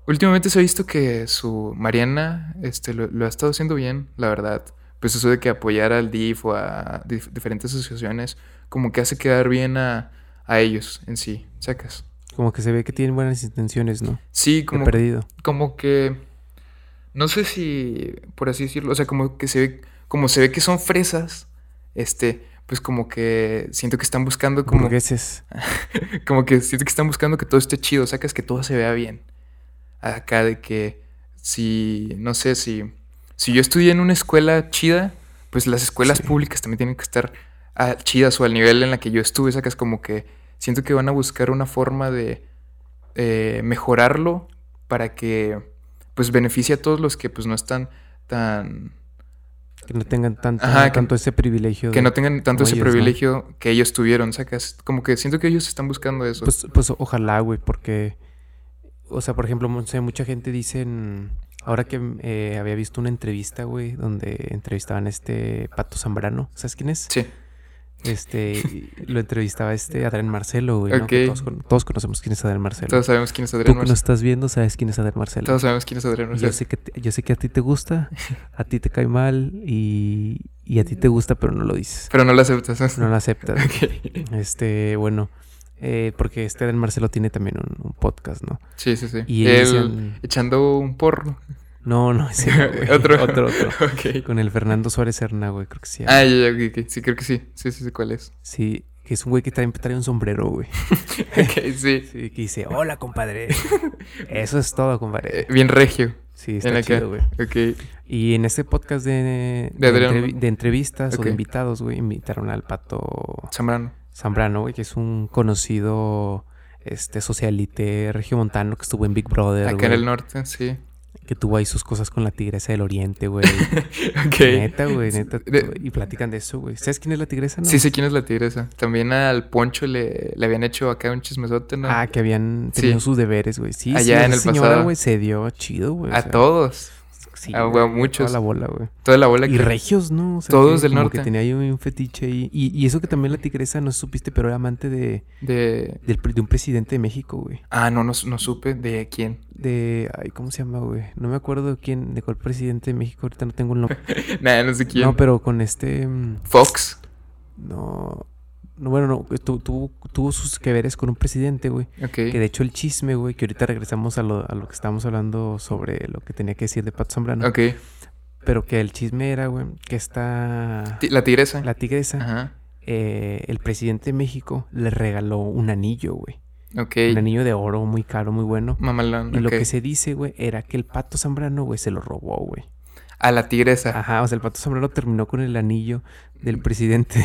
[SPEAKER 2] Últimamente se ha visto que su Mariana este, lo, lo ha estado haciendo bien, la verdad. Pues eso de que apoyar al DIF o a dif- diferentes asociaciones, como que hace quedar bien a, a ellos en sí, sacas.
[SPEAKER 1] Como que se ve que tienen buenas intenciones, ¿no?
[SPEAKER 2] Sí,
[SPEAKER 1] Como
[SPEAKER 2] como,
[SPEAKER 1] perdido.
[SPEAKER 2] como que. No sé si. Por así decirlo. O sea, como que se ve. Como se ve que son fresas. Este. Pues como que. Siento que están buscando como.
[SPEAKER 1] Burgueses.
[SPEAKER 2] Como que siento que están buscando que todo esté chido, sacas que todo se vea bien. Acá de que si, no sé, si, si yo estudié en una escuela chida, pues las escuelas públicas también tienen que estar ah, chidas o al nivel en la que yo estuve, sacas como que siento que van a buscar una forma de eh, mejorarlo para que pues beneficie a todos los que pues no están tan...
[SPEAKER 1] Que no tengan tanto,
[SPEAKER 2] Ajá, que-
[SPEAKER 1] tanto ese privilegio.
[SPEAKER 2] que
[SPEAKER 1] de-
[SPEAKER 2] no tengan tanto
[SPEAKER 1] como
[SPEAKER 2] ese
[SPEAKER 1] ellos, ¿no?
[SPEAKER 2] privilegio que ellos tuvieron, sacas. Como que siento que ellos están buscando eso.
[SPEAKER 1] Pues, pues ojalá, güey, porque, o sea, por ejemplo, no sé, mucha gente dicen, ahora que eh, había visto una entrevista, güey, donde entrevistaban a este Pato Zambrano, ¿sabes quién es?
[SPEAKER 2] sí.
[SPEAKER 1] Este, y lo entrevistaba este Adrián Marcelo, güey, ¿no? Que
[SPEAKER 2] Ok.
[SPEAKER 1] todos, con- todos conocemos quién es Adrián Marcelo.
[SPEAKER 2] Todos sabemos quién es Adrián
[SPEAKER 1] Tú que
[SPEAKER 2] Marcelo.
[SPEAKER 1] nos estás viendo sabes quién es Adrián Marcelo.
[SPEAKER 2] Todos sabemos quién es Adrián
[SPEAKER 1] Y yo
[SPEAKER 2] Marcelo.
[SPEAKER 1] sé, que te- yo sé que a ti te gusta, a ti te cae mal y, y a ti te gusta, pero no lo dices.
[SPEAKER 2] Pero no lo aceptas.
[SPEAKER 1] No lo aceptas.
[SPEAKER 2] Ok.
[SPEAKER 1] Este, bueno, eh, porque este Adrián Marcelo tiene también un, un podcast, ¿no?
[SPEAKER 2] Sí, sí, sí.
[SPEAKER 1] Y
[SPEAKER 2] Él
[SPEAKER 1] decían-
[SPEAKER 2] echando un porro.
[SPEAKER 1] No, no, ese no, güey.
[SPEAKER 2] Otro.
[SPEAKER 1] otro, otro.
[SPEAKER 2] ok.
[SPEAKER 1] Con el Fernando Suárez Serna, güey, creo que sí.
[SPEAKER 2] Ah, ya, ya, ok, ok. Sí, creo que sí. Sí, sí, sí, cuál es.
[SPEAKER 1] Sí, que es un güey que trae, trae un sombrero, güey.
[SPEAKER 2] Ok, sí.
[SPEAKER 1] Sí, que dice, hola, compadre. Eso es todo,
[SPEAKER 2] Eh,
[SPEAKER 1] compadre.
[SPEAKER 2] bien regio.
[SPEAKER 1] Sí,
[SPEAKER 2] en
[SPEAKER 1] está
[SPEAKER 2] acá.
[SPEAKER 1] chido, güey.
[SPEAKER 2] Ok.
[SPEAKER 1] Y en este podcast de,
[SPEAKER 2] De Adrián.
[SPEAKER 1] entrevi- de entrevistas o
[SPEAKER 2] Ok.
[SPEAKER 1] de invitados, güey, invitaron al pato
[SPEAKER 2] Zambrano.
[SPEAKER 1] Zambrano, güey, que es un conocido este socialite regiomontano que estuvo en Big Brother,
[SPEAKER 2] Acá
[SPEAKER 1] güey,
[SPEAKER 2] en Ah, el norte, sí.
[SPEAKER 1] que tuvo ahí sus cosas con la tigresa del oriente, güey.
[SPEAKER 2] Ok.
[SPEAKER 1] Neta, güey, neta.
[SPEAKER 2] De-
[SPEAKER 1] güey, Y platican de eso, güey. ¿Sabes quién es la tigresa? No?
[SPEAKER 2] Sí sé quién es la tigresa. También al Poncho le, le habían hecho acá un chismesote, ¿no?
[SPEAKER 1] Ah, que habían tenido
[SPEAKER 2] Sí.
[SPEAKER 1] sus deberes, güey. Sí, sí,
[SPEAKER 2] Allá en
[SPEAKER 1] esa
[SPEAKER 2] el
[SPEAKER 1] señora,
[SPEAKER 2] pasado.
[SPEAKER 1] güey, se dio chido, güey. o
[SPEAKER 2] a
[SPEAKER 1] sea,
[SPEAKER 2] todos.
[SPEAKER 1] sí,
[SPEAKER 2] a- a
[SPEAKER 1] güey,
[SPEAKER 2] muchos.
[SPEAKER 1] Toda la bola, güey.
[SPEAKER 2] Toda la bola
[SPEAKER 1] Y
[SPEAKER 2] que-
[SPEAKER 1] regios, ¿no? O sea,
[SPEAKER 2] Todos
[SPEAKER 1] que
[SPEAKER 2] del
[SPEAKER 1] como
[SPEAKER 2] norte.
[SPEAKER 1] Que tenía ahí un fetiche ahí. Y, y eso que también la tigresa, no supiste, pero era amante de,
[SPEAKER 2] de...
[SPEAKER 1] del pre- de un presidente de México, güey.
[SPEAKER 2] Ah, no, no, no supe de quién.
[SPEAKER 1] De. Ay, ¿cómo se llama, güey? No me acuerdo de quién, de cuál presidente de México. Ahorita no tengo el nombre.
[SPEAKER 2] Nada, no sé quién.
[SPEAKER 1] No, pero con este. mm,
[SPEAKER 2] Fox.
[SPEAKER 1] No. No, bueno, no. tu- tuvo, tuvo sus que veres con un presidente, güey.
[SPEAKER 2] Ok.
[SPEAKER 1] Que de hecho el chisme, güey, que ahorita regresamos a lo, a lo que estábamos hablando sobre lo que tenía que decir de Pato Zambrano.
[SPEAKER 2] Ok.
[SPEAKER 1] Pero que el chisme era, güey, que está
[SPEAKER 2] Ti- La tigresa.
[SPEAKER 1] la tigresa,
[SPEAKER 2] Ajá.
[SPEAKER 1] eh, el presidente de México le regaló un anillo, güey.
[SPEAKER 2] Ok.
[SPEAKER 1] Un anillo de oro muy caro, muy bueno.
[SPEAKER 2] Mamalón.
[SPEAKER 1] Y lo
[SPEAKER 2] Mm, ok.
[SPEAKER 1] que se dice, güey, era que el Pato Zambrano, güey, se lo robó, güey.
[SPEAKER 2] a Ah, la tigresa.
[SPEAKER 1] Ajá, o sea, el pato sombrero terminó con el anillo del presidente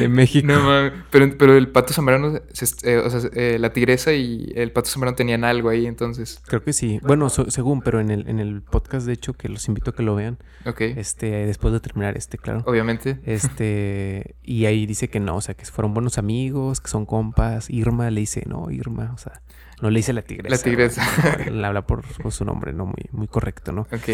[SPEAKER 1] de México.
[SPEAKER 2] Mm. No mames, pero, pero el pato zambrano, se est- eh, o sea, eh, la tigresa y el pato zambrano tenían algo ahí, entonces.
[SPEAKER 1] Creo que sí. Bueno, so- según, pero en el, en el podcast, de hecho, que los invito a que lo vean.
[SPEAKER 2] Ok,
[SPEAKER 1] Este, después de terminar este, claro.
[SPEAKER 2] obviamente.
[SPEAKER 1] Este, y ahí dice que no, o sea, que fueron buenos amigos, que son compas. Irma le dice, no, Irma, o sea, no le dice la tigresa.
[SPEAKER 2] La tigresa.
[SPEAKER 1] güey. Le habla por, por su nombre, ¿no? Muy, muy correcto, ¿no?
[SPEAKER 2] Ok.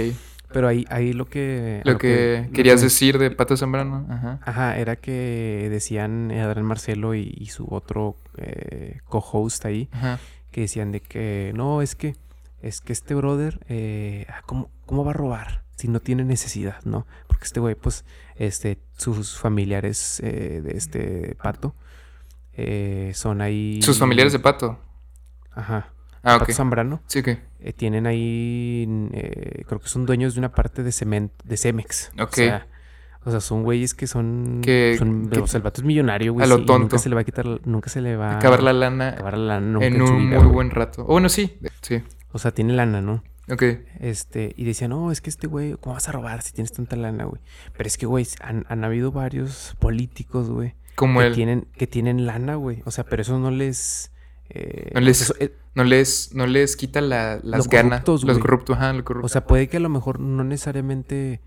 [SPEAKER 1] Pero ahí, ahí lo que... a
[SPEAKER 2] Lo que querías
[SPEAKER 1] lo que-
[SPEAKER 2] decir de pato zambrano. Ajá.
[SPEAKER 1] Ajá, era que decían eh, Adrián Marcelo y, y su otro eh, co-host ahí,
[SPEAKER 2] Ajá.
[SPEAKER 1] que decían de que, no, es que, es que este brother, eh, ah, ¿cómo, ¿cómo va a robar? Si no tiene necesidad, ¿no? Porque este güey, pues, este, sus familiares eh, de este pato eh, son ahí...
[SPEAKER 2] Sus familiares de pato.
[SPEAKER 1] Ajá.
[SPEAKER 2] Ah, ok.
[SPEAKER 1] Pato Zambrano.
[SPEAKER 2] Sí, ok.
[SPEAKER 1] eh, tienen ahí, eh, creo que son dueños de una parte de cemento, de Cemex.
[SPEAKER 2] Ok.
[SPEAKER 1] O sea, o sea, son güeyes que son...
[SPEAKER 2] Que-
[SPEAKER 1] son-
[SPEAKER 2] que-
[SPEAKER 1] o sea, el vato es millonario, güey.
[SPEAKER 2] a lo
[SPEAKER 1] sí, y
[SPEAKER 2] tonto.
[SPEAKER 1] Nunca se le va a quitar, nunca se le va a
[SPEAKER 2] Acabar la lana
[SPEAKER 1] acabar Ah, la lana nunca
[SPEAKER 2] en
[SPEAKER 1] su
[SPEAKER 2] un
[SPEAKER 1] vida,
[SPEAKER 2] muy
[SPEAKER 1] güey.
[SPEAKER 2] buen rato. Oh, bueno, sí. Sí.
[SPEAKER 1] O sea, tiene lana, ¿no?
[SPEAKER 2] Ok.
[SPEAKER 1] Este, y decía, no, es que este güey, ¿cómo vas a robar si tienes tanta lana, güey? Pero es que, güey, han, han habido varios políticos, güey,
[SPEAKER 2] Como
[SPEAKER 1] que
[SPEAKER 2] él.
[SPEAKER 1] tienen, que tienen lana, güey. O sea, pero eso no les... eh,
[SPEAKER 2] No les-
[SPEAKER 1] eso- eh,
[SPEAKER 2] No les, no les quita la- las
[SPEAKER 1] Los
[SPEAKER 2] ganas.
[SPEAKER 1] corruptos,
[SPEAKER 2] los
[SPEAKER 1] güey.
[SPEAKER 2] corruptos, ajá, los
[SPEAKER 1] o
[SPEAKER 2] corruptos.
[SPEAKER 1] sea, puede que a lo mejor no necesariamente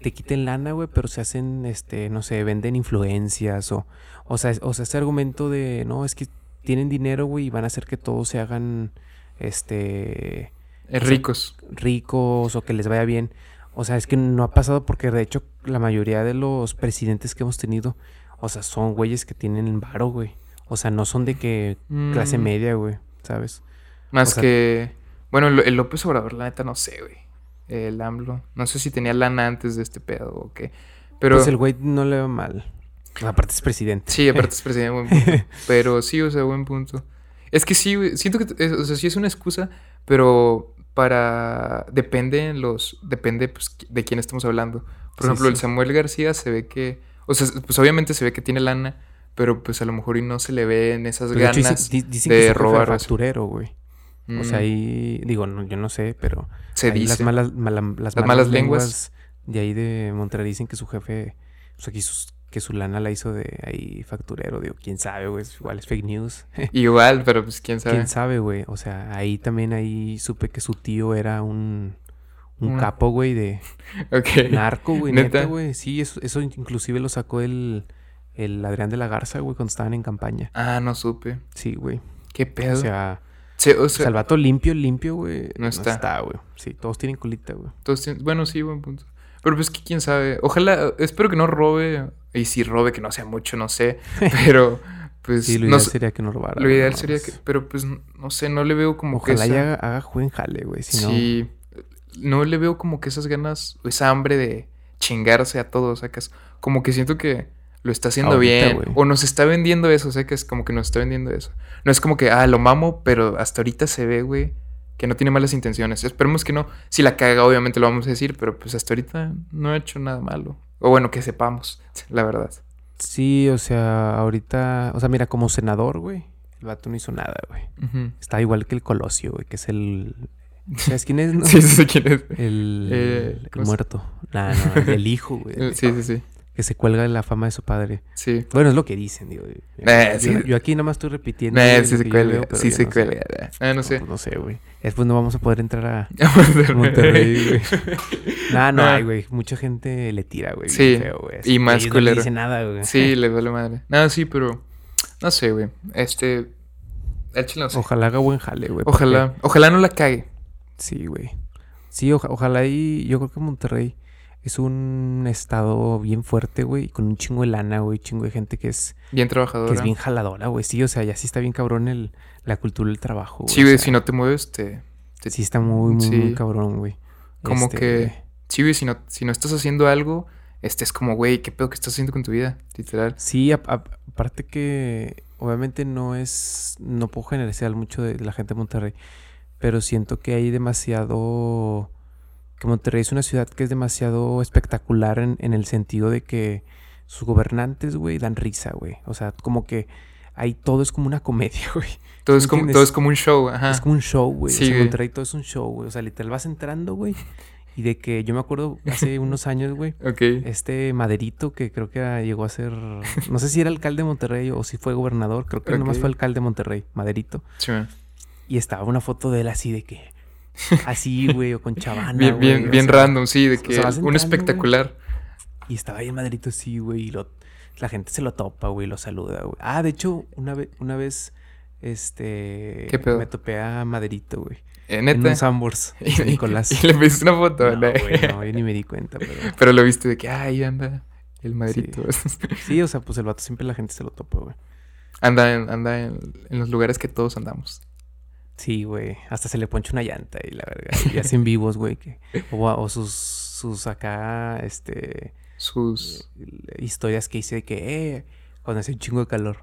[SPEAKER 1] te quiten lana, güey, pero se hacen, este, no sé, venden influencias o... O sea, es- o sea ese argumento de, no, es que tienen dinero, güey, y van a hacer que todos se hagan, este...
[SPEAKER 2] Eh, ricos.
[SPEAKER 1] ricos o que les vaya bien. O sea, es que no ha pasado porque de hecho la mayoría de los presidentes que hemos tenido, o sea, son güeyes que tienen varo, güey. O sea, no son de que clase
[SPEAKER 2] Mm,
[SPEAKER 1] media, güey, ¿sabes?
[SPEAKER 2] Más
[SPEAKER 1] o sea-
[SPEAKER 2] que. Bueno, el, el López Obrador, la neta, no sé, güey. El AMLO. No sé si tenía lana antes de este pedo o qué. Pero.
[SPEAKER 1] Pues el güey no le va mal. O sea, aparte es presidente.
[SPEAKER 2] Sí, aparte es presidente, buen punto. Pero sí, o sea, buen punto. Es que sí, güey, siento que, es- o sea, sí es una excusa, pero para, depende en los, depende pues, qui- de quién estamos hablando. Por
[SPEAKER 1] Sí,
[SPEAKER 2] ejemplo, el
[SPEAKER 1] sí.
[SPEAKER 2] Samuel García se ve que, o sea, pues obviamente se ve que tiene lana, pero pues a lo mejor y no se le ven esas
[SPEAKER 1] Pero Pues, de hecho,
[SPEAKER 2] ganas
[SPEAKER 1] dicen, di- dicen
[SPEAKER 2] de
[SPEAKER 1] que es
[SPEAKER 2] robar, o sea.
[SPEAKER 1] facturero, güey.
[SPEAKER 2] Mm,
[SPEAKER 1] O sea, ahí digo, no, yo no sé, pero
[SPEAKER 2] se
[SPEAKER 1] ahí
[SPEAKER 2] dice.
[SPEAKER 1] las malas, mala- las malas, lenguas. de ahí de Monterrey dicen que su jefe, o sea, que, sus- que su lana la hizo de ahí facturero, digo, quién sabe, güey, es- igual es fake news.
[SPEAKER 2] Igual, pero pues quién sabe.
[SPEAKER 1] ¿Quién sabe, güey? O sea, ahí también ahí supe que su tío era un, un
[SPEAKER 2] Un-
[SPEAKER 1] capo, güey, de
[SPEAKER 2] Ok.
[SPEAKER 1] narco, güey,
[SPEAKER 2] ¿Neta?
[SPEAKER 1] neta, güey. Sí, eso, eso in- inclusive lo sacó el, el Adrián de la Garza, güey, cuando estaban en campaña.
[SPEAKER 2] Ah, no supe.
[SPEAKER 1] Sí, güey.
[SPEAKER 2] ¿Qué
[SPEAKER 1] O
[SPEAKER 2] pedo?
[SPEAKER 1] sea,
[SPEAKER 2] Se- o
[SPEAKER 1] o
[SPEAKER 2] sea,
[SPEAKER 1] sea, el vato limpio, limpio, güey.
[SPEAKER 2] No está.
[SPEAKER 1] güey. Sí, todos tienen colita, güey.
[SPEAKER 2] Todos tienen- Bueno, sí, buen punto. Pero pues que quién sabe. Ojalá, espero que no robe. Y si robe, que no sea mucho, no sé. Pero pues
[SPEAKER 1] Sí, lo
[SPEAKER 2] no
[SPEAKER 1] ideal
[SPEAKER 2] sé,
[SPEAKER 1] sería que no robara.
[SPEAKER 2] lo
[SPEAKER 1] güey,
[SPEAKER 2] ideal
[SPEAKER 1] no
[SPEAKER 2] sería que...
[SPEAKER 1] mames.
[SPEAKER 2] Pero pues no sé, no le veo como
[SPEAKER 1] Ojalá
[SPEAKER 2] que...
[SPEAKER 1] ya
[SPEAKER 2] esa-
[SPEAKER 1] haga, haga juego en jale, güey. Si
[SPEAKER 2] sí, no... le veo como que esas ganas, o esa hambre de chingarse a todos, sacas. Como que siento que lo está haciendo
[SPEAKER 1] Ahorita,
[SPEAKER 2] bien.
[SPEAKER 1] güey.
[SPEAKER 2] O nos está vendiendo eso, sacas. Como que nos está vendiendo eso. No es como que, ah, lo mamo, pero hasta ahorita se ve, güey. Que no tiene malas intenciones. Esperemos que no. Si la caga, obviamente lo vamos a decir, pero pues hasta ahorita no ha hecho nada malo. O bueno, que sepamos, la verdad.
[SPEAKER 1] no. Sí, o sea, ahorita. O sea, mira, como senador, güey. El vato no hizo nada, güey.
[SPEAKER 2] Ujú.
[SPEAKER 1] Está igual que el Colosio, güey, que es el. ¿Sabes quién es? no?
[SPEAKER 2] Sí, sí, sí, quién es.
[SPEAKER 1] El,
[SPEAKER 2] Eh,
[SPEAKER 1] el
[SPEAKER 2] ¿cómo se-
[SPEAKER 1] muerto. Nah, no, el del hijo, güey.
[SPEAKER 2] Eh, Sí, sí, sí.
[SPEAKER 1] Que se cuelga de la fama de su padre.
[SPEAKER 2] Sí.
[SPEAKER 1] Bueno, es lo que dicen, digo. yo-
[SPEAKER 2] Eh,
[SPEAKER 1] yo,
[SPEAKER 2] sí.
[SPEAKER 1] yo aquí nomás estoy repitiendo.
[SPEAKER 2] Nah,
[SPEAKER 1] güey,
[SPEAKER 2] sí
[SPEAKER 1] lo
[SPEAKER 2] se
[SPEAKER 1] que yo
[SPEAKER 2] cuelga.
[SPEAKER 1] veo, pero
[SPEAKER 2] sí
[SPEAKER 1] yo
[SPEAKER 2] se
[SPEAKER 1] no sé.
[SPEAKER 2] cuelga. Ah, no sé.
[SPEAKER 1] pues no sé, güey. Después no vamos a poder entrar a, Monterrey,
[SPEAKER 2] Monterrey.
[SPEAKER 1] güey. Nah, no
[SPEAKER 2] Nah.
[SPEAKER 1] hay, güey. Mucha gente le tira, güey. bien
[SPEAKER 2] Ah. Sí,
[SPEAKER 1] feo, güey.
[SPEAKER 2] y
[SPEAKER 1] Así que
[SPEAKER 2] más
[SPEAKER 1] ellos No
[SPEAKER 2] culero.
[SPEAKER 1] le dice nada, güey.
[SPEAKER 2] Sí, le vale madre. No, sí, pero no sé, güey. Este al chile no sé.
[SPEAKER 1] Ojalá haga buen jale, güey. porque-
[SPEAKER 2] Ojalá, ojalá no la cague.
[SPEAKER 1] Sí, güey. Sí, oja- ojalá y yo creo que Monterrey es un estado bien fuerte, güey, y con un chingo de lana, güey, chingo de gente que es
[SPEAKER 2] Bien
[SPEAKER 1] que
[SPEAKER 2] trabajadora.
[SPEAKER 1] es bien jaladora, güey. Sí, o sea, ya sí está bien cabrón el la cultura del trabajo, güey.
[SPEAKER 2] sí,
[SPEAKER 1] o
[SPEAKER 2] güey,
[SPEAKER 1] sea,
[SPEAKER 2] si no te mueves te te-
[SPEAKER 1] sí está muy muy, muy
[SPEAKER 2] sí.
[SPEAKER 1] cabrón, güey.
[SPEAKER 2] Como
[SPEAKER 1] Este,
[SPEAKER 2] que-
[SPEAKER 1] güey.
[SPEAKER 2] Sí, güey, si no si no estás haciendo algo, este es como, güey, qué pedo que estás haciendo con tu vida, literal.
[SPEAKER 1] Sí, ap- ap- aparte que obviamente no es no puedo generalizar mucho de la gente de Monterrey, pero siento que hay demasiado que Monterrey es una ciudad que es demasiado espectacular en, en el sentido de que sus gobernantes, güey, dan risa, güey. O sea, como que ahí todo es como una comedia, güey.
[SPEAKER 2] Todo es como
[SPEAKER 1] ¿Entiendes?
[SPEAKER 2] todo es como un show, ajá.
[SPEAKER 1] Es como un show, güey.
[SPEAKER 2] Ah. Sí,
[SPEAKER 1] o sea, en
[SPEAKER 2] güey.
[SPEAKER 1] Monterrey todo es un show, güey. O sea, literal vas entrando, güey. Y de que yo me acuerdo hace unos años, güey,
[SPEAKER 2] Ok.
[SPEAKER 1] este Maderito que creo que era- llegó a ser, no sé si era alcalde de Monterrey o si fue gobernador, creo que nomás
[SPEAKER 2] Ok.
[SPEAKER 1] fue alcalde de Monterrey, Maderito.
[SPEAKER 2] Simón.
[SPEAKER 1] Y estaba una foto de él así de que, así, güey, o con chavana.
[SPEAKER 2] bien
[SPEAKER 1] güey,
[SPEAKER 2] bien,
[SPEAKER 1] o
[SPEAKER 2] bien
[SPEAKER 1] sea,
[SPEAKER 2] random, sí, de
[SPEAKER 1] o
[SPEAKER 2] que
[SPEAKER 1] sea, vas
[SPEAKER 2] un
[SPEAKER 1] entrando,
[SPEAKER 2] espectacular.
[SPEAKER 1] Y estaba ahí el Maderito así, güey, y lo, la gente se lo topa, güey, lo saluda, güey. Ah, de hecho, una, vez una vez, este,
[SPEAKER 2] ¿Qué pedo?
[SPEAKER 1] me topé a Maderito, güey.
[SPEAKER 2] Eh,
[SPEAKER 1] En un
[SPEAKER 2] neta.
[SPEAKER 1] Sambors, en Nicolás.
[SPEAKER 2] y le pediste una foto,
[SPEAKER 1] No,
[SPEAKER 2] ¿no?
[SPEAKER 1] güey, no, yo ni me di cuenta, pero...
[SPEAKER 2] Pero lo viste de que, ah, ahí anda el madrito.
[SPEAKER 1] Sí, o sea, pues el vato siempre la gente se lo topa, güey.
[SPEAKER 2] anda en, anda en, en los lugares que todos andamos.
[SPEAKER 1] Sí, güey. Hasta se le poncha una llanta y la verga. Y hacen vivos, güey. que- O, o sus, sus acá, este...
[SPEAKER 2] Sus.
[SPEAKER 1] Historias que hice de que, eh... Cuando hace un chingo de calor.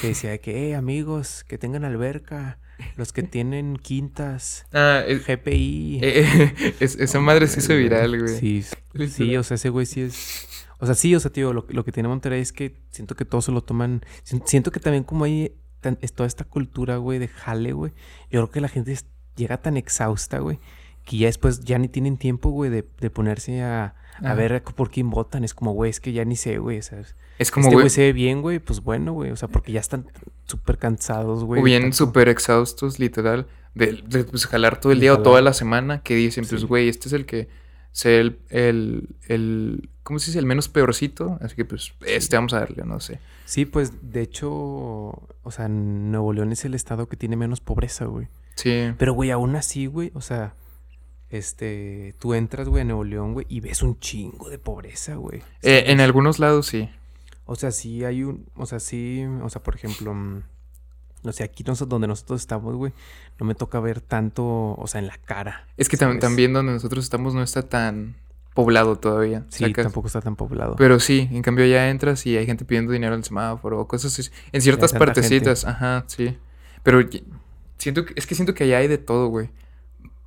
[SPEAKER 1] Que decía de que, eh, amigos, que tengan alberca. Los que tienen quintas.
[SPEAKER 2] Ah, es-
[SPEAKER 1] GPI.
[SPEAKER 2] eh, eh, es- esa madre se hizo viral, güey.
[SPEAKER 1] Sí, s- sí, o sea, ese güey sí es. O sea, sí, o sea, tío, lo, lo que tiene Monterrey es que siento que todos se lo toman. sien- Siento que también como hay tan- es toda esta cultura, güey, de jale, güey. Yo creo que la gente es- llega tan exhausta, güey, que ya después ya ni tienen tiempo, güey, de, de ponerse a, a
[SPEAKER 2] Ah.
[SPEAKER 1] ver por quién votan. Es como, güey, es que ya ni sé, güey, o sea,
[SPEAKER 2] Es como,
[SPEAKER 1] este
[SPEAKER 2] güey,
[SPEAKER 1] güey se ve bien, güey, pues bueno, güey, o sea, porque ya están súper cansados, güey.
[SPEAKER 2] o
[SPEAKER 1] de
[SPEAKER 2] bien
[SPEAKER 1] tanto-
[SPEAKER 2] súper exhaustos, literal, de, de, pues, jalar todo el
[SPEAKER 1] De
[SPEAKER 2] día o toda
[SPEAKER 1] jalar.
[SPEAKER 2] la semana, que dicen, pues,
[SPEAKER 1] Sí.
[SPEAKER 2] güey, este es el que sea el, el, el- ¿cómo se dice? El menos peorcito, así que, pues, este vamos a darle, no sé.
[SPEAKER 1] Sí, pues de hecho, o sea, Nuevo León es el estado que tiene menos pobreza, güey.
[SPEAKER 2] Sí,
[SPEAKER 1] Pero, güey, aún así, güey, o sea, este, tú entras, güey, a Nuevo León, güey, y ves un chingo de pobreza, güey.
[SPEAKER 2] Eh, en algunos lados sí.
[SPEAKER 1] O sea, sí hay un, o sea, sí, o sea, por ejemplo, mm, no sé, aquí nosotros, donde nosotros estamos, güey, no me toca ver tanto, o sea, en la cara.
[SPEAKER 2] Es que tam-
[SPEAKER 1] ¿sabes?
[SPEAKER 2] también donde nosotros estamos no está tan poblado todavía.
[SPEAKER 1] Sí,
[SPEAKER 2] sacas.
[SPEAKER 1] tampoco está tan poblado.
[SPEAKER 2] Pero sí, en cambio ya entras y hay gente pidiendo dinero en el semáforo o cosas así. En ciertas
[SPEAKER 1] tanta
[SPEAKER 2] partecitas, ajá, sí. Pero y- siento que- es que siento que allá hay de todo, güey.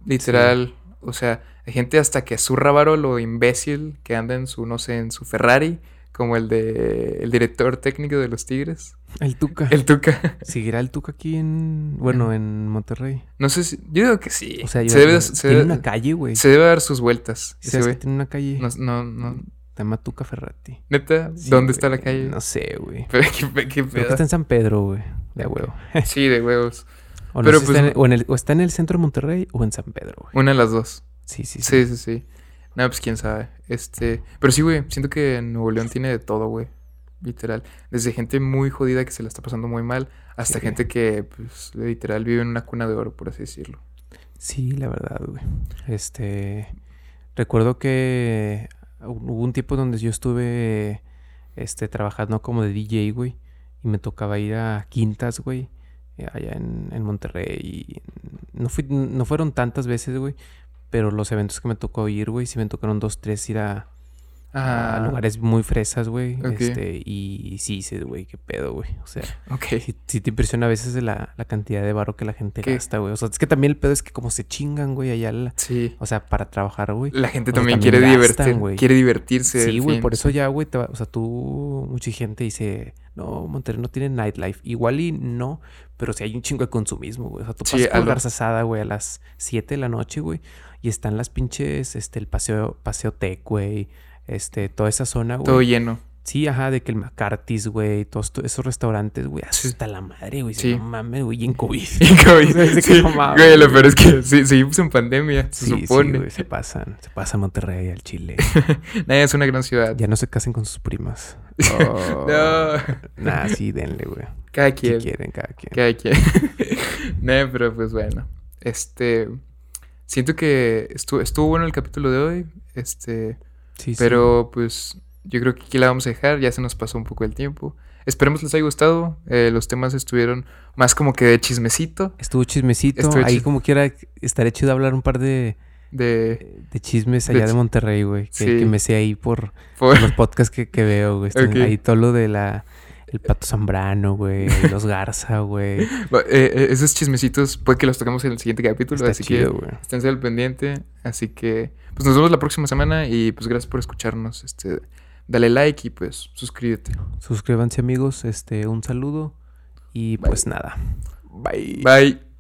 [SPEAKER 2] Literal, o sea, hay gente hasta que zurra varo lo imbécil que anda en su, no sé, en su Ferrari, como el de el director técnico de los Tigres,
[SPEAKER 1] El Tuca.
[SPEAKER 2] el Tuca.
[SPEAKER 1] ¿Seguirá el Tuca aquí en, bueno, en Monterrey?
[SPEAKER 2] No sé si, yo digo que sí.
[SPEAKER 1] O sea, yo,
[SPEAKER 2] se debe,
[SPEAKER 1] yo-
[SPEAKER 2] se
[SPEAKER 1] tiene
[SPEAKER 2] debe-
[SPEAKER 1] una calle, güey.
[SPEAKER 2] se debe dar sus vueltas. ese
[SPEAKER 1] ¿Sabes que
[SPEAKER 2] güey.
[SPEAKER 1] tiene una calle?
[SPEAKER 2] No, no, no.
[SPEAKER 1] Se llama Tuca Ferrati.
[SPEAKER 2] Neta,
[SPEAKER 1] Sí,
[SPEAKER 2] ¿dónde está la
[SPEAKER 1] güey,
[SPEAKER 2] calle?
[SPEAKER 1] No sé, güey.
[SPEAKER 2] Pero qué, qué
[SPEAKER 1] Creo que
[SPEAKER 2] pedo.
[SPEAKER 1] está en San Pedro, güey. De huevo.
[SPEAKER 2] Sí, de huevos.
[SPEAKER 1] O, no
[SPEAKER 2] Pero
[SPEAKER 1] sé si
[SPEAKER 2] pues
[SPEAKER 1] está en,
[SPEAKER 2] no-
[SPEAKER 1] o, en el, o está en el centro de Monterrey o en San Pedro, güey.
[SPEAKER 2] Una de las dos.
[SPEAKER 1] Sí, sí, sí.
[SPEAKER 2] Sí, sí, sí. Nada, pues quién sabe. Este. Pero sí, güey. Siento que Nuevo León tiene de todo, güey. Literal. Desde gente muy jodida que se la está pasando muy mal. Hasta
[SPEAKER 1] Sí.
[SPEAKER 2] gente que, pues, literal, vive en una cuna de oro, por así decirlo.
[SPEAKER 1] Sí, la verdad, güey. Este. Recuerdo que hubo un tiempo donde yo estuve este, trabajando como de DJ, güey. Y me tocaba ir a quintas, güey. eh, Allá en, en Monterrey. y No, fui, no fueron tantas veces, güey. Pero los eventos que me tocó ir, güey, sí me tocaron dos, tres ir a, a
[SPEAKER 2] Ah,
[SPEAKER 1] lugares muy fresas, güey.
[SPEAKER 2] Ok.
[SPEAKER 1] Este, y sí dices, güey, qué pedo, güey. O sea,
[SPEAKER 2] ok.
[SPEAKER 1] sí, eh, sí te impresiona a veces de la, la cantidad de varo que la gente
[SPEAKER 2] ¿Qué?
[SPEAKER 1] gasta, güey. O sea, es que también el pedo es que como se chingan, güey, allá. la-
[SPEAKER 2] Sí.
[SPEAKER 1] o sea, para trabajar, güey.
[SPEAKER 2] La gente
[SPEAKER 1] O sea,
[SPEAKER 2] también,
[SPEAKER 1] también
[SPEAKER 2] quiere,
[SPEAKER 1] gastan,
[SPEAKER 2] divertir-
[SPEAKER 1] güey.
[SPEAKER 2] quiere divertirse.
[SPEAKER 1] Sí,
[SPEAKER 2] al
[SPEAKER 1] güey,
[SPEAKER 2] fin.
[SPEAKER 1] por eso ya, güey, te va- o sea, tú, mucha gente dice, no, Monterrey no tiene nightlife. Igual y no, pero sí hay un chingo de consumismo, güey. O sea, tú
[SPEAKER 2] Sí,
[SPEAKER 1] pasas por
[SPEAKER 2] algo.
[SPEAKER 1] Garza Sada, güey, a las 7 de la noche, güey, y están las pinches, este, el paseo, paseo Tec, güey, este, toda esa zona, güey.
[SPEAKER 2] Todo lleno.
[SPEAKER 1] Sí, ajá, de que el McCarthy's, güey, todos to- esos restaurantes, güey,
[SPEAKER 2] Sí.
[SPEAKER 1] hasta la madre, güey.
[SPEAKER 2] Sí.
[SPEAKER 1] Sí. No mames, güey, y en COVID.
[SPEAKER 2] Y COVID,
[SPEAKER 1] O sea, dice que
[SPEAKER 2] sí,
[SPEAKER 1] no mames,
[SPEAKER 2] güey, lo
[SPEAKER 1] güey.
[SPEAKER 2] peor es que sí, seguimos en pandemia, se
[SPEAKER 1] Sí, sí,
[SPEAKER 2] supone.
[SPEAKER 1] güey, se pasan, se pasa Monterrey al Chile.
[SPEAKER 2] Nada, es una gran ciudad.
[SPEAKER 1] Ya no se casen con sus primas.
[SPEAKER 2] No,
[SPEAKER 1] Nah, sí, denle, güey.
[SPEAKER 2] cada
[SPEAKER 1] Si
[SPEAKER 2] quien.
[SPEAKER 1] quieren, cada quien.
[SPEAKER 2] Cada quien. no, pero pues bueno. Este. Siento que estuvo, estuvo bueno el capítulo de hoy. Este.
[SPEAKER 1] Sí, sí.
[SPEAKER 2] Pero pues yo creo que aquí la vamos a dejar. Ya se nos pasó un poco el tiempo. Esperemos les haya gustado. eh, los temas estuvieron más como que de chismecito.
[SPEAKER 1] Estuvo chismecito.
[SPEAKER 2] Estuvo
[SPEAKER 1] Ahí
[SPEAKER 2] chis-
[SPEAKER 1] como quiera, estaré chido hablar un par de,
[SPEAKER 2] De.
[SPEAKER 1] de chismes
[SPEAKER 2] De
[SPEAKER 1] allá de
[SPEAKER 2] chi-
[SPEAKER 1] Monterrey, güey. Que,
[SPEAKER 2] Sí.
[SPEAKER 1] que me sé ahí por
[SPEAKER 2] por-
[SPEAKER 1] los podcasts que, que veo, güey. Están
[SPEAKER 2] Ok.
[SPEAKER 1] Ahí todo lo de la... El Pato Zambrano, güey. Los Garza, güey.
[SPEAKER 2] eh, eh, esos chismecitos puede que los toquemos en el siguiente capítulo.
[SPEAKER 1] Está
[SPEAKER 2] así
[SPEAKER 1] chido,
[SPEAKER 2] que
[SPEAKER 1] güey.
[SPEAKER 2] esténse al pendiente. Así que pues nos vemos la próxima semana. Y pues gracias por escucharnos. Este. Dale like y pues suscríbete.
[SPEAKER 1] Suscríbanse, amigos. Este, un saludo. Y pues nada. Bye.
[SPEAKER 2] Bye.